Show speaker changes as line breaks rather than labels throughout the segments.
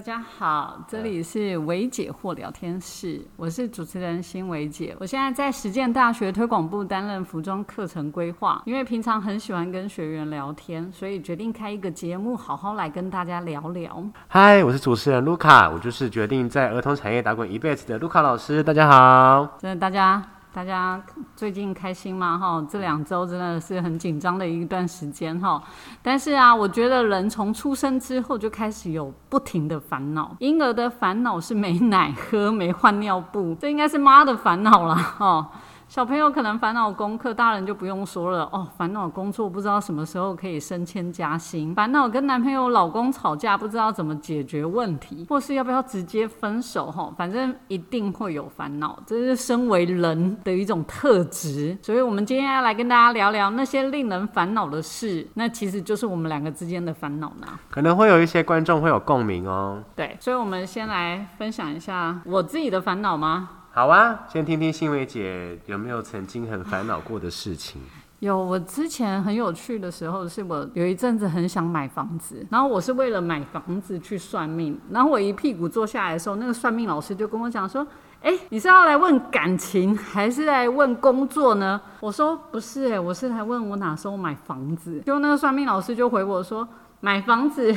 家好，这里是维解惑聊天室，我是主持人辛维解。我现在在实践大学推广部担任服装课程规划，因为平常很喜欢跟学员聊天，所以决定开一个节目，好好来跟大家聊聊。
嗨，我是主持人卢卡，我就是决定在儿童产业打滚一辈子的卢卡老师。大家好，
真的，大家大家最近开心吗？哈，这两周真的是很紧张的一段时间哈。但是啊，我觉得人从出生之后就开始有不停的烦恼。婴儿的烦恼是没奶喝、没换尿布，这应该是妈的烦恼啦。哦。小朋友可能烦恼功课，大人就不用说了哦。烦恼工作不知道什么时候可以升迁加薪，烦恼跟男朋友、老公吵架不知道怎么解决问题，或是要不要直接分手哈。反正一定会有烦恼，这是身为人的一种特质。所以，我们今天要来跟大家聊聊那些令人烦恼的事，那其实就是我们两个之间的烦恼呢。
可能会有一些观众会有共鸣哦。
对，所以我们先来分享一下我自己的烦恼吗？
好啊，先听听欣慰姐有没有曾经很烦恼过的事情。
有，我之前很有趣的时候，是我有一阵子很想买房子，然后我是为了买房子去算命，然后我一屁股坐下来的时候，那个算命老师就跟我讲说：“哎、你是要来问感情，还是来问工作呢？”我说：“不是、诶，我是来问我哪时候买房子。”就那个算命老师就回我说：“买房子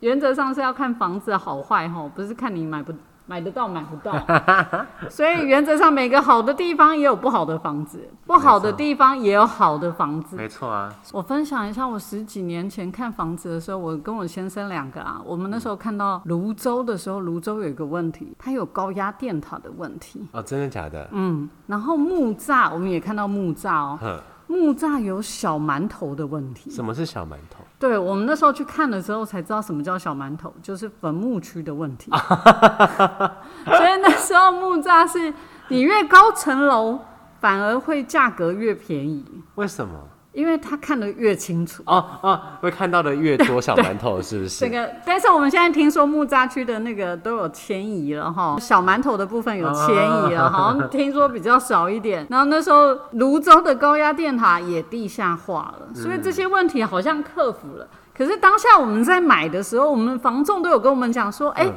原则上是要看房子的好坏吼，不是看你买不买得到买不到。”所以原则上，每个好的地方也有不好的房子，不好的地方也有好的房子。
没错啊，
我分享一下，我十几年前看房子的时候，我跟我先生两个啊，我们那时候看到泸州的时候，泸州有一个问题，它有高压电塔的问题。
哦，真的假的？
嗯，然后木栅，我们也看到木栅哦，
哼，
木栅有小馒头的问题。
什么是小馒头？
对我们那时候去看的时候才知道什么叫小馒头，就是坟墓区的问题。所以那时候木栅是你越高层楼，反而会价格越便宜，
为什么？
因为它看得越清楚。
哦哦，会看到的越多小馒头，是不
这
是？
个，但是我们现在听说木栅区的那个都有迁移了哈，小馒头的部分有迁移了，
啊
好像听说比较少一点。然后那时候泸州的高压电塔也地下化了，
嗯
所以这些问题好像克服了。可是当下我们在买的时候，我们房仲都有跟我们讲说，哎、
嗯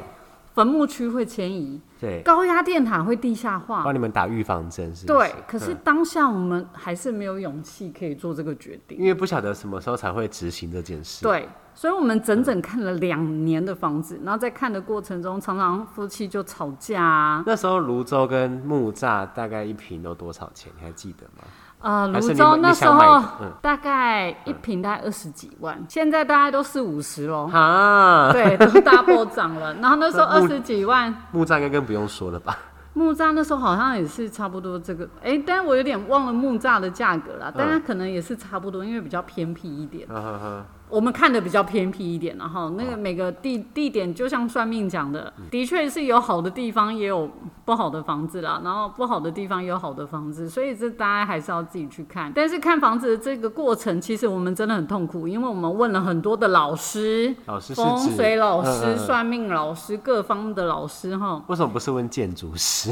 坟墓区会迁移，
对，
高压电塔会地下化，
帮你们打预防针，是不是？
对。可是当下我们还是没有勇气可以做这个决定。
因为不晓得什么时候才会执行这件事。，
对，所以我们整整看了两年的房子，然后在看的过程中，常常夫妻就吵架啊。
那时候泸州跟木栅大概一瓶都多少钱？你还记得吗？
呃，泸
还是你
州
们
那
你
时
想买
候
的嗯
大概一平大概二十几万，现在大概都四五十喽。
哈，
对，都 double 涨了。然后那时候二
那木
十几万，
木栅应该更不用说了吧？
木栅那时候好像也是差不多这个，哎、但我有点忘了木栅的价格
嗯
啦，但它可能也是差不多，因为比较偏僻一点。
呵呵呵
我们看的比较偏僻一点，然后
哦
那个每个地地点，就像算命讲的，
嗯
的确是有好的地方，也有不好的房子啦。然后不好的地方也有好的房子，所以这大家还是要自己去看。但是看房子的这个过程，其实我们真的很痛苦，因为我们问了很多的老师，
老师是
风
指
水老师、
嗯嗯嗯。
算命老师、各方的老师哈
为什么不是问建筑 师，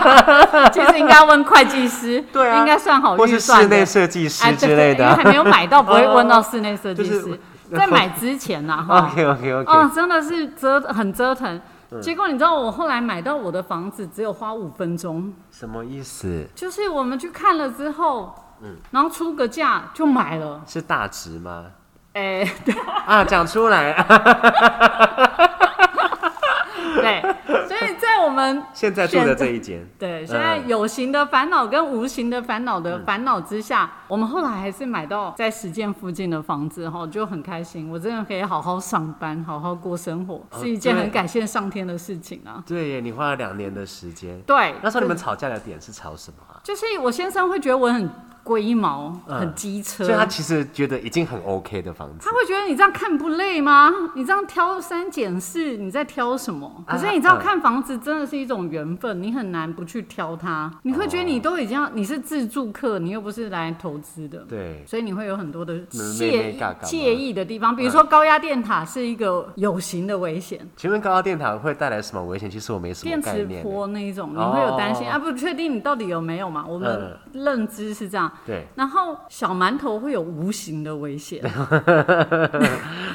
其实应该问会计师，
对啊
应该算好
或
预
是
算
室
的
内设计
哎
师
对
之类的
因为 还没有买到，不会问到室内设计
就是呃
师。在买之前 呐，哈，
？OK OK OK，
哦，真的是折很折腾。
嗯
结果你知道，我后来买到我的房子只有花五分钟，
什么意思？
就是我们去看了之后，
嗯
然后出个价就买了。
是大值吗？
哎、
啊，讲出来，
对，所以在我们
现在住的这一间，
对现在
嗯
有形的烦恼跟无形的烦恼的烦恼之下，我们后来还是买到在实践附近的房子哈，就很开心。我真的可以好好上班，好好过生活，
哦
是一件很
对
感谢上天的事情啊。
对耶，你花了两年的时间。
对，
那时候你们吵架的点是吵什么啊？
就是我先生会觉得我很龟毛，
嗯
很机车，
所以他其实觉得已经很 OK 的房子
他，会觉得你这样看不累吗？你这样挑三拣四，你在挑什么？可
啊
是你知道
嗯
看房子真的是一种缘分，你很难不去挑它。你会觉
哦
得你都已经要你是自住客，你又不是来投资的。
对，
所以你会有很多的
嗯
介
妹妹
意
嘎嘎吗嗯
介意的地方，比如说高压电塔是一个有形的危险，
请问高压电塔会带来什么危险？其实我没什么
电
概
磁
念耶。
波那一种，你会有担心、
哦
啊？不确定你到底有没有嘛？我们认知是这样，
对，
然后小馒头会有无形的危 险，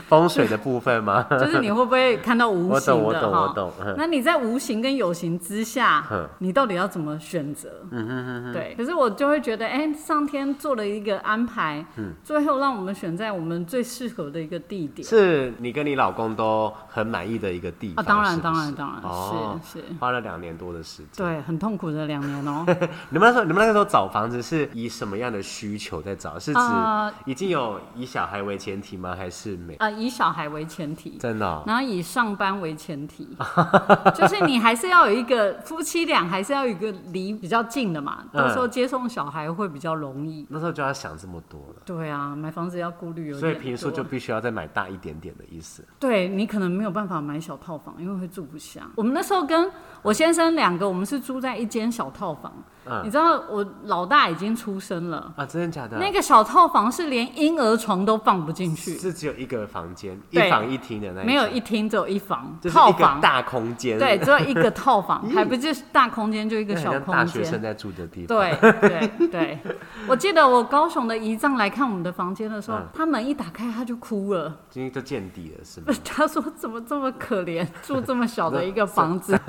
风水的部分吗？
就是你会不会看到无
我懂，
形
我懂，
的
我
哈？
懂。嗯
那你在无形跟有形之下
哼，
你到底要怎么选择？
嗯嗯嗯
对，可是我就会觉得，哎、上天做了一个安排，最后让我们选在我们最适合的一个地
嗯，
点。
是你跟你老公都很满意的一个地
啊，
方。
当然，
是不
当然，
是
当然，
哦
是是，
花了两年多的时间。
对，很痛苦的两年 哦、
你们那时候，你们那个时候找房子是以什么样的需求在找？是指
呃
已经有以小孩为前提吗？还是没？
呃，以小孩为前提，
真的哦、
然后以上班为前提， 就是你还是要有一个夫妻俩，还是要有一个离比较近的嘛，
嗯
到时候接送小孩会比较容易。
那时候就要想这么多了，
对啊，买房子要顾虑有点多，
所以平数就必须要再买大一点点的意思。
对你可能没有办法买小套房，因为会住不下。我们那时候跟我先生两个，我们是住在一间小套房。
嗯
你知道我老大已经出生了，
啊，真的假的？
那个小套房是连婴儿床都放不进去，
是只有一个房间，一
对
房一厅的那一
没有
种
一厅，只有一房
就是
套
一个
房。
大空间，
对，，只有一个套房，
咦
还不就是大空间，就一个
很
小
像
空
大学生
间。
在住的地方。
对对对， 我记得我高雄的姨丈来看我们的房间的时候，
嗯
他门一打开他就哭了，
今天就见底了，是吗？
他说怎么这么可怜，住这么小的一个房子。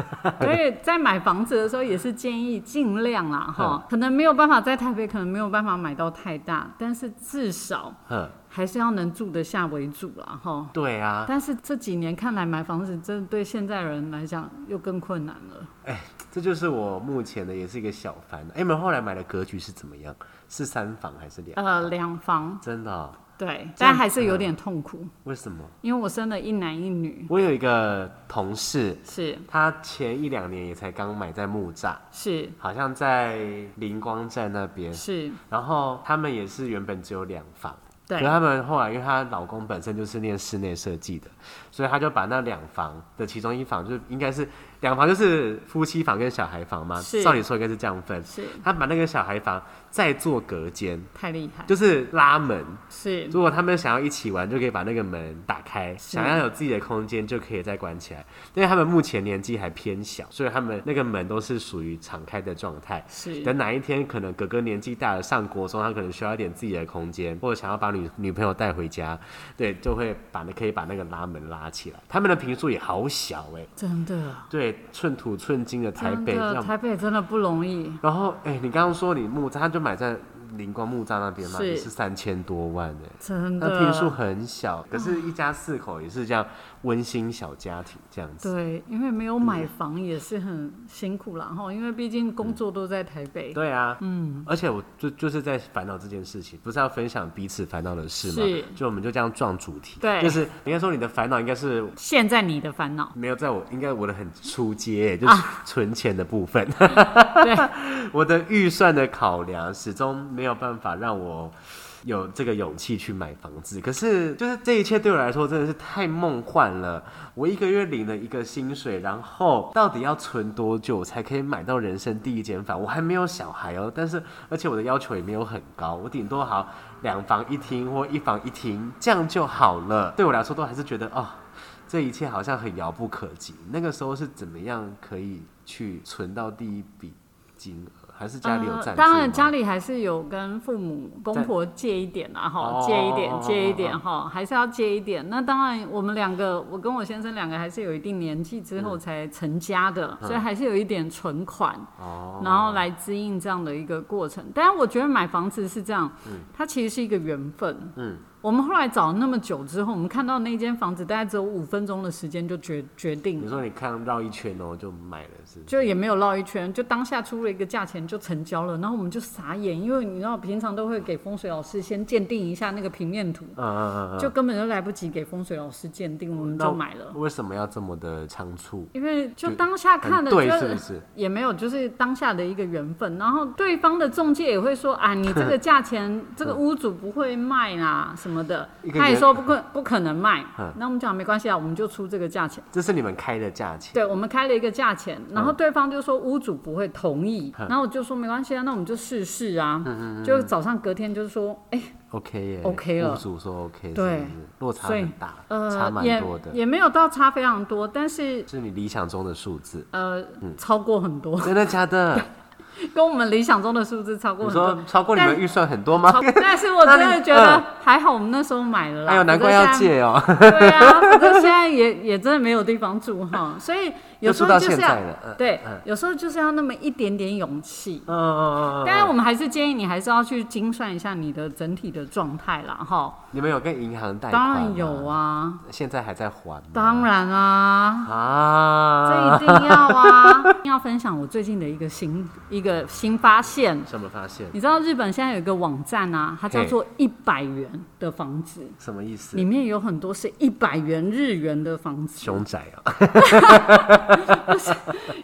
所 以在买房子的时候也是建议尽量啦
嗯
哈，可能没有办法在台北，可能没有办法买到太大，但是至少
哼，
还是要能住得下为主啦哈。
对啊，
但是这几年看来，买房子真的对现在人来讲又更困难了。
这就是我目前的，也是一个小烦恼。哎，你们后来买的格局是怎么样？是三房还是两？
呃，两房，
真的哦、
对，
这样嗯
但还是有点痛苦，
为什么？
因为我生了一男一女，
我有一个同事，
是
他前一两年也才刚买在木栅，
是
好像在灵光站那边。
是，
然后他们也是原本只有两房，可是
对
他们后来因为她老公本身就是念室内设计的，所以他就把那两房的其中一房，就应该是两房就是夫妻房跟小孩房嘛，
是
照理说应该是这样分。
是，
他把那个小孩房再做隔间，
太厉害，
就是拉门，
是
如果他们想要一起玩，就可以把那个门打开；想要有自己的空间，就可以再关起来。因为他们目前年纪还偏小，所以他们那个门都是属于敞开的状态。
是
等哪一天可能哥哥年纪大了上国中，他可能需要一点自己的空间，或者想要把女女朋友带回家，对，就会把那可以把那个拉门拉起来。他们的平数也好小哎、
真的，
对，寸土寸金的台
真
北，
的，
让
台北真的不容易，
然后哎、你刚刚说你木栅，他就买在灵光木栅那边嘛，
是
也是三千多万哎、
真
那平数
的，
很小，可是一家四口也是这样温馨小家庭这样子。
对，因为没有买房也是很辛苦啦哈，因为毕竟工作都在台北，
对啊，嗯，而且我就就是在烦恼这件事情，不是要分享彼此烦恼的事
是
吗？就我们就这样撞主题，
对
就是应该说你的烦恼应该是
现在你的烦恼，
没有在我，应该我的很出街，就是
啊
存钱的部分， 我的预算的考量始终没有办法让我有这个勇气去买房子。可是，就是这一切对我来说真的是太梦幻了。我一个月领了一个薪水，然后到底要存多久才可以买到人生第一间房？我还没有小孩哦，但是而且我的要求也没有很高，我顶多好两房一厅或一房一厅这样就好了。对我来说，都还是觉得哦。这一切好像很遥不可及。那个时候是怎么样可以去存到第一笔金额？还是家里有赞助、
呃。当然，家里还是有跟父母、公婆借一点啦，哈，
哦
借一
哦哦
点，借一点，
哦
哈，还是要借一点。那当然，我们两个，我跟我先生两个还是有一定年纪之后才成家的，所以还是有一点存款，
嗯哦，
然后来支应这样的一个过程。但是我觉得买房子是这样，它其实是一个缘分。
嗯，
我们后来找了那么久之后，我们看到那间房子大概只有五分钟的时间就决决定
你
了。
说你看绕一圈哦，就买了是不是？
就也没有绕一圈，就当下出了一个价钱就成交了，然后我们就傻眼，因为你知道平常都会给风水老师先鉴定一下那个平面图，
嗯嗯嗯
就根本就来不及给风水老师鉴定，我们
那
就买了
嗯，。为什么要这么的仓促？
因为就
就
当下看
很
了，
对
就是
不是？
也没有，就是当下的一个缘分。然后对方的中介也会说啊，你这个价钱，这个屋主不会卖啦什么的
一，个
他也
原
说不可不可能卖
嗯。
那我们讲没关系啊，我们就出这个价钱。
这是你们开的价钱，
对，我们开了一个价钱，然后对方就说屋主不会同意，
嗯
然后我就说没关系啊，那我们就试试啊。就早上隔天就是说，哎、
，OK 耶
OK 了
屋主说 OK，是
对
不是，落差
所以
很大，差
呃，
蛮
也
多的，
也没有到差非常多，但是
是你理想中的数字，
呃，超过很多。
真的假的？
跟我们理想中的数字超过
你
很多
说。超过你们预算很多吗？
超但是我真
那
的
你
觉得
嗯
还好，我们那时候买了啦。
哎呦，难怪
否则现
要
在。
借哦、
对啊，不过现在也也真的没有地方住哈，所以有时
住
候
到
就
现
是要
在了。嗯
对
嗯，
有时候就是要那么一点点勇气。
嗯嗯嗯嗯
当然，我们还是建议你还是要去精算一下你的整体的状态啦，哈。
嗯，你们有跟银行贷款？嗯
当然有，啊，
现在还在还吗？
当然啊，这
啊，
一定要啊！ 一定要分享我最近的一个新一个新发现。
什么发现？
你知道日本现在有一个网站啊，它叫
嘿
做一百元的房子，
什么意思
里？面有很多是一百元日元的房子。
熊仔啊，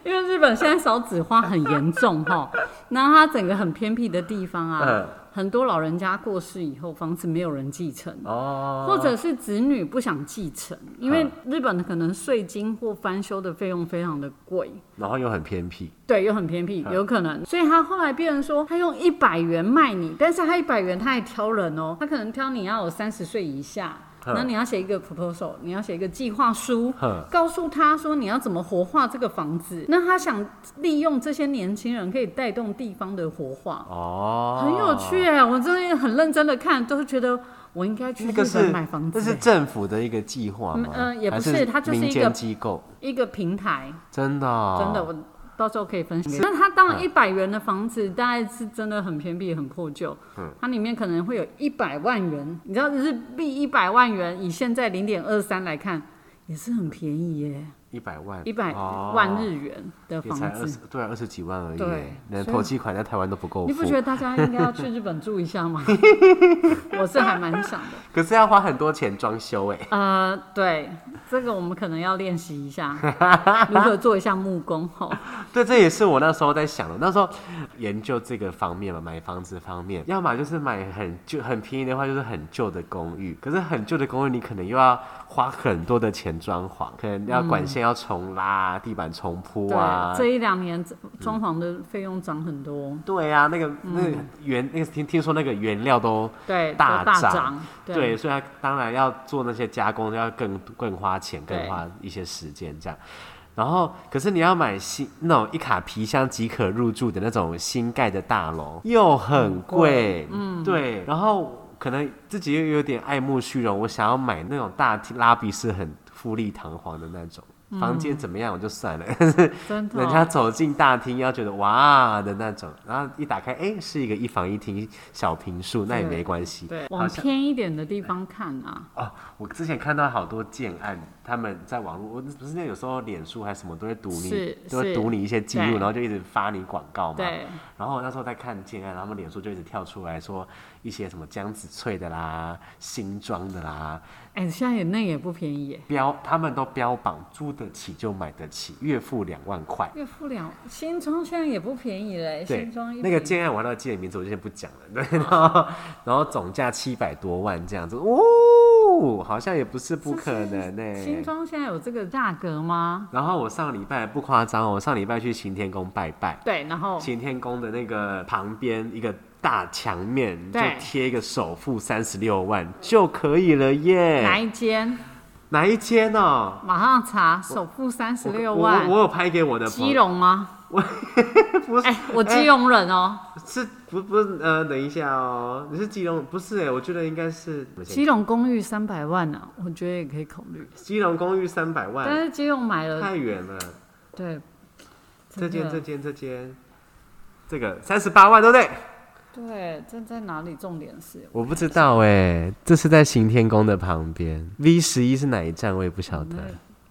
因为日本现在少子化很严重 哈，那它整个很偏僻的地方啊，
嗯
很多老人家过世以后，房子没有人继承，
哦，
或者是子女不想继承，因为
嗯
日本可能税金或翻修的费用非常的贵。
然后又很偏僻，
对，又很偏僻，
啊
有可能，所以他后来变成说，他用一百元卖你，但是他一百元他还挑人哦，他可能挑你要有三十岁以下，
嗯
然后你要写一个 proposal，你要写一个计划书，
哼，
告诉他说你要怎么活化这个房子。那他想利用这些年轻人可以带动地方的活化，
哦，
很有趣。哎、我真的很认真的看，都觉得我应该去
那
日
个
本
是
买房
那
子
是
哎、
政府的一个计划吗？
嗯嗯也不
还
是
是，
它就是一个
民间机构，
一个平台，
真的哦、嗯
真的我。到时候可以分享给你。那它当然一百元的房子，大概是真的很偏僻、很破旧。
嗯
它里面可能会有一百万元，你知道日币一百万元，以现在零点二三来看，也是很便宜耶，
一百万，
一百
哦
万日元的
也才
房
二
子
十。，对啊，二十几万而已
对
耶，连
所以
投期款在台湾都不够
你
付
不觉。得大家应该要去日本住一下 吗？我是还蛮想的。
可是要花很多钱装修哎，
呃，对，这个我们可能要练习一 下，如何做一下木工吼。
对，这也是我那时候在想的。那时候研究这个方面嘛，买房子方面，要么就是买很旧、很便宜的话，就是很旧的公寓。可是很旧的公寓，你可能又要花很多的钱装潢，可能要管线要重拉啊、地板重铺
对
啊，。
这一两年装潢的费用涨很多，
对啊，那个那个原那个听听说那个原料都
对，都
大
大
涨
涨，
对，所以他当然要做那些加工，要更更花钱，更
对
花一些时间这样。然后，可是你要买新那种一卡皮箱即可入住的那种新盖的大楼，又很贵，嗯，对。然后可能自己又有点爱慕虚荣，我想要买那种大厅拉比是很富丽堂皇的那种。嗯房间怎么样我就算了，但是
真的哦
人家走进大厅要觉得哇的那种，然后一打开，哎，是一个一房一厅小平数，那也
对
没关系，
对，
好
往
像
偏一点的地方看啊，
哦，我之前看到好多建案，他们在网络，我不是那有时候脸书还是什么都会读你
是，
都会
是
读你一些记录，
对
然后就一直发你广告嘛。
对，
然后我那时候在看建案，然后他们脸书就一直跳出来说一些什么江子翠的啦、新庄的啦，
哎，现在也那也不便宜耶，
标他们都标榜租得起就买得起，月付两万块。
月付两，新庄现在也不便宜嘞，
对
新庄一，
那个
平
建案我还到记得名字，我就先不讲了。 对，然后然后总价七百多万这样子，哦，好像也不是不可能呢、
新庄现在有这个价格吗？
然后我上礼拜不夸张哦，我上礼拜去行天宫拜拜，
对，然后
行天宫的那个旁边一个大墙面就
对
贴一个首付三十六万就可以了耶。
哪一间？
哪一间哦？
马上查，首付三十六
我我
万，
我有拍给我的朋
基
友，
隆吗？
不是、哎
哎，我基隆人哦，
是不不是呃，等一下哦，你是基隆不是哎、我觉得应该是
基隆公寓三百万呢，我觉得也可以考虑，
基隆公寓三百万，
但是基隆买了，
太远了。
对，
这
真
间
的
这间这间，这个三十八万对不对？
对，这在哪里？重点是
我不知道哎、这是在行天宫的旁边。V 十一是哪一站我也不晓得，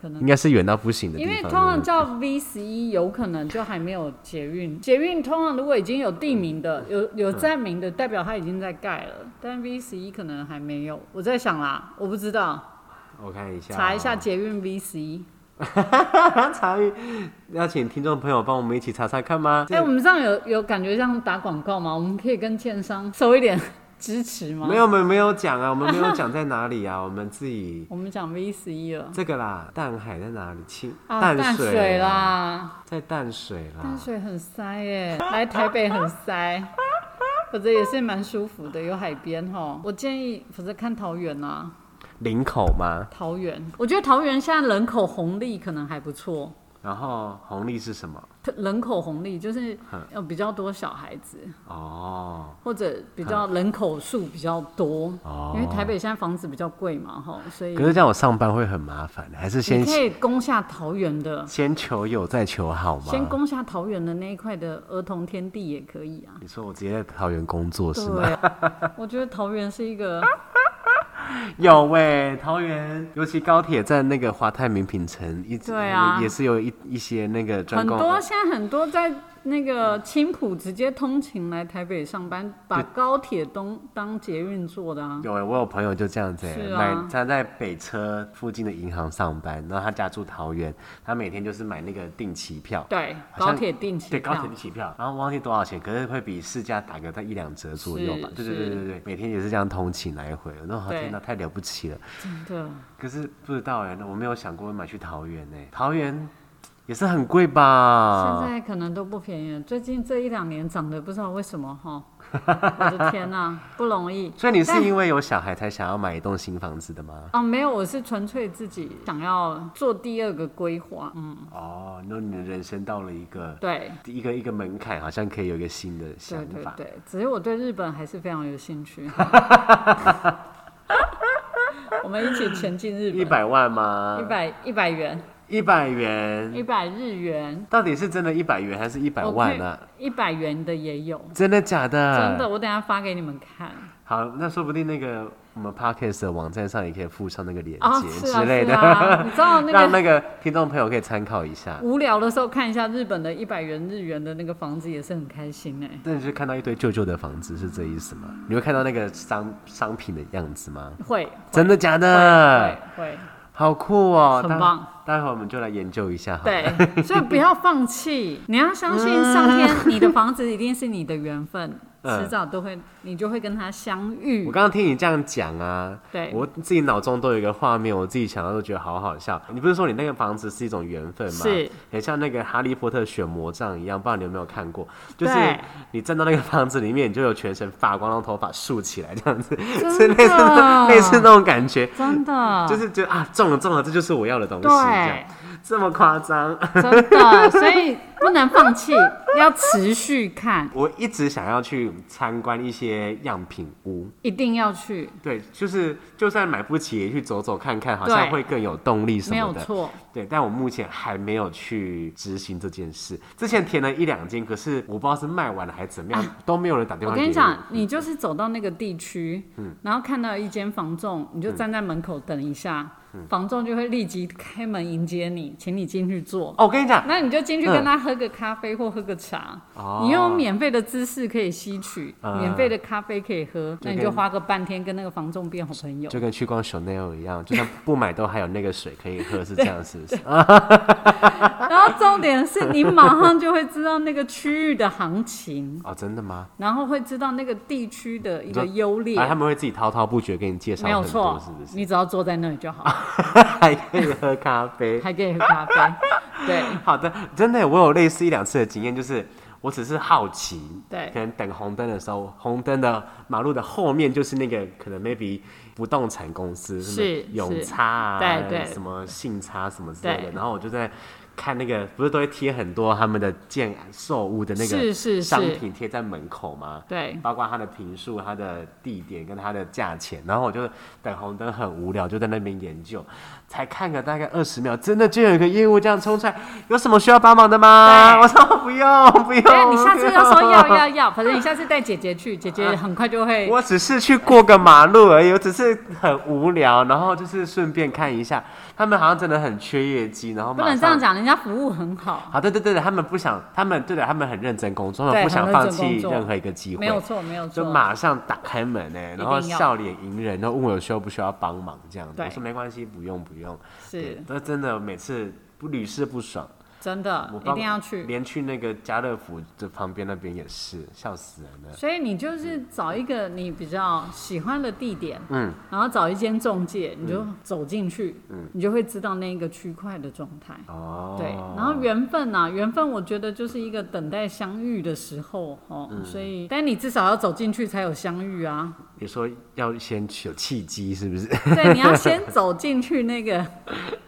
可能
应。该是远到不行的地
嗯因
方。
为通常
对不对
叫 V 十一，有可能就还没有捷运。捷运通常如果已经有地名的，有有
嗯
站名的，代表它已经在盖了。但 V 十一可能还没有，我在想啦，我不知道，
我看一下哦、
查一下捷运 V 十一。
查一，要请听众朋友帮我们一起查查看吗？
哎、我们这样有有感觉像打广告吗？我们可以跟建商收一点 支持吗？
没，有，我们没有讲啊，我们没有讲在哪里啊， 我们自己
我们讲 V 十一了。
这个啦，淡海在哪里？清、
啊，
淡
淡
水
水
啦，
啦，
在淡水啦。
淡水很塞耶，来台北很塞，否则也是蛮舒服的，有海边哈。我建议，否则看桃园啊。
林口吗？
桃园，我觉得桃园现在人口红利可能还不错，
然后红利是什么？
人口红利就是呃比较多小孩子，
哦
或者比较人口数比较多，
哦，
因为台北现在房子比较贵嘛，哈，所以
可是这样我上班会很麻烦，还是
你
先
可以攻下桃园的，
先求有再求好吗？
先攻下桃园的那一块的儿童天地也可以啊。
你说我直接在桃园工作是吗？
对啊，我觉得桃园是一个
有喂、桃园，尤其高铁站那个华泰名品城，一直
对啊
也是有一一些那个专
很
供。
多现在很多在那个青浦直接通勤来台北上班，把高铁东当捷运坐的啊。
有欸我有朋友就这样子欸、
是
买
啊
他在北车附近的银行上班，然后他家住桃园，他每天就是买那个定期票，
对，
好像
高铁定期
对高
票
铁定期票，然后忘记多少钱，可是会比市价打个在一两折左右吧。对
是
对对
是
对对，每天也是这样通勤来回，我说哦
对
天哪，太了不起了。
真的
可是不知道哎、我没有想过会买去桃园哎、桃园也是很贵吧？
现在可能都不便宜了。最近这一两年涨的，不知道为什么 哈。我的天呐、不容易
所以你是
但
因为有小孩才想要买一栋新房子的吗？
啊！没有，我是纯粹自己想要做第二个规划。嗯，
哦，那你的人生到了一个
对，
一个一个门槛，好像可以有一个新的想
对对
法。
对，只是我对日本还是非常有兴 趣。我们一起前进日本。
一百万吗
一？百一百元，
一百元，
一百日元，
到底是真的一百元还是一百万啊？
一百元的也有，
真的假的？
真的，。我等一下发给你们看。
好，那说不定那个我们 podcast 的网站上也可以附上那个链
啊，
接
是啊，
之类
是
的，
啊，你知道那
让
个
那个听众朋友可以参考一下。
无聊的时候看一下日本的一百元日元的那个房子，也是很开心哎、
但是看到一堆旧旧的房子是这意思吗？你会看到那个商商品的样子吗？
会，
真的假
会
的？
会，
好酷哦！
很
待
棒
待会我们就来研究一下好了。
对，所以不要放 弃，你要相信上天，你的房子一定是你的缘分，
嗯
迟早都会，你就会跟他相遇
我。刚刚听你这样讲啊，
对
我自己脑中都有一个画面，我自己想到都觉得好好笑。你不是说你那个房子是一种缘分吗？
是，
很像那个《哈利波特》选魔杖一样，不知道你有没有看过？就是
对
你站到那个房子里面，你就有全身发光，让头发竖起来这样子，是
真
类似那
的
类似那种感觉，
真的，
就是觉得啊中了中了，这就是我要的东西，这样
对。
这么夸张。
真的，所以不能放弃，要持续看，
我一直想要去参观一些样品屋，
一定要去，
对，就是就算买不起，也去走走看看，好像
对
会更有动力什
没有
么的。
错。
对，但我目前还没有去执行这件事。之前填了一两间，可是我不知道是卖完了还是怎么样，都没有人打电
啊我
话给
跟你讲，你就是走到那个地区，
嗯
然后看到一间房仲，你就站在门口等一下，
嗯
房仲就会立即开门迎接你，请你进去坐。
哦，我跟你讲，
那你就进去跟他喝个咖啡或喝个茶，
哦
你又有免费的知识可以吸取，
嗯
免费的咖啡可以喝，那你
就
就
跟
花个半天跟那个房仲变好朋友。
就跟去逛 Chanel 一样，就算不买都还有那个水可以喝，是这样 是不是？啊
然后重点是你马上就会知道那个区域的行情。
哦，真的吗？
然后会知道那个地区的一个
你
优劣
啊，，他们会自己滔滔不绝给你介绍
没有
很多，
错
是不，是？
你只要坐在那里就好，
还可以喝咖啡。
还可以喝咖 啡。对，
好的，真的，我有类似一两次的经验，就是我只是好奇，
对
可能等红灯的时候，红灯的马路的后面就是那个可能 maybe 不动产公司，什么
是
永
是
差啊，
对对
什么信差什么之类的，
对
然后我就在。看那个，不是都会贴很多他们的建售物的那
是
个
是
商
是
品贴在门口吗？
对，
包括它的频数、它的地点跟它的价钱，然后我就等红灯很无聊，就在那边研究，才看个大概二十秒，真的就有一个业务这样冲出来，有什么需要帮忙的吗？
对
我说不用不用，
对，你下次
不用
要说要要要，反正你下次带姐姐去，姐姐很快就会。
我只是去过个马路而已，我只是很无聊，然后就是顺便看一下，他们好像真的很缺业绩，然后
不
马
能这样
上。
讲，人家服务很好，
好，对对对对，他们不想，他们对的，他们很认真工作，他们
对
不想
很
放
认真
弃
工作
任何一个机会。
没有错，没有
就
错。
马上打开门呢、然后
嗯一定要
笑脸迎人，然后问我需要不需要帮忙这样子。
对
我说没关系，不用不用。
是
那真的每次不屡试不爽，
真的
我，
一
帮
定要去。
连去那个家乐福的旁边那边也是，笑死人了。
所以你就是找一个你比较喜欢的地点，
嗯，
然后找一间中介，你就走进去，你就会知道那一个区块的状态。
哦，
对，然后缘分呐、缘分我觉得就是一个
嗯
等待相遇的时候哦，所以但你至少要走进去才有相遇啊，
你说要先有契机，是不 是？
对，你要先走进去那 个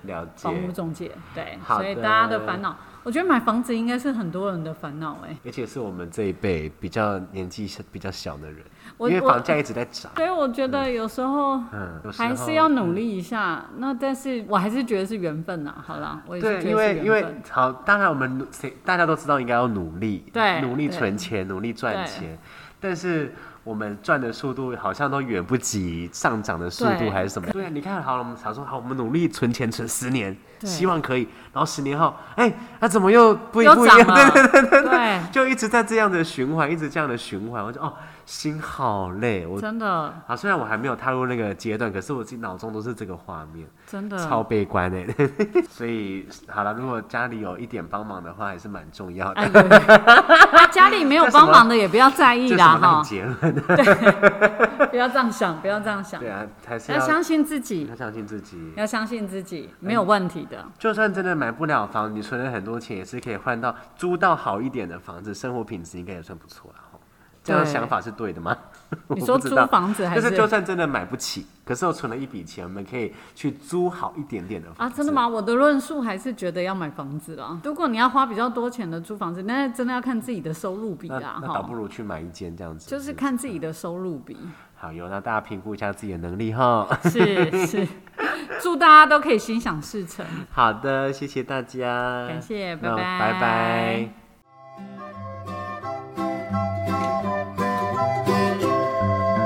了解。
房屋中介，对，
好
所以
的
大家的烦恼，我觉得买房子应该是很多人的烦恼哎。
而且是我们这一辈比较年纪是比较小的人，
我
因为
我
房价一直在涨，
所以我觉得有时候
嗯，有时
还
候
是要努力一下。那但是我还是觉得是缘分呐。好啦，我也是
对，因
觉得
为
是
因
缘
为
分。
好，当然我们努谁大家都知道应该要努力，
对
努力
对
存钱，努力赚
对
钱，但是我们赚的速度好像都远不及上涨的速度
对
还是什么？对啊，你看好了，我们想说好，我们努力存钱存十年，
对
希望可以，然后十年后，哎、那、怎么又不
又
不一
涨
样？
了
对对对对
啊对
对，就一直在这样的循环，一直这样的循环，我就哦，心好累，我。
真的
啊，虽然我还没有踏入那个阶段，可是我自己脑中都是这个画面。
真的
超悲观哎、 所以好了，如果家里有一点帮忙的话，还是蛮重要的。
哎，有啊家里没有帮忙的也不要在意
这是
啦
我的
哈，
结论，
不要这样想，不要这样想
对，啊，嗯还是
要
要
相信自己
要，相信自己。
要相信自己，没有问题的。
就算真的买不了房，你存了很多钱，也是可以换到租到好一点的房子，生活品质应该也算不错了哈。这样
对
想法是对的吗？ 我
你说
不知
租
道
房子还
就是
是
就算真的买不起，可是我存了一笔钱，我们可以去租好一点点的房
啊，
子。
真的？吗？我的论述还是觉得要买房子啦。如果你要花比较多钱的租房子，那真的要看自己的收入比
那
啦，
那倒
哈
不，如去买一间这样子。
哎就是看自己的收入比。
好有，那大家评估一下自己的能力哈。
是是， 祝大家都可以心想事成。
好的，谢谢大家，
感谢拜
那
拜
拜拜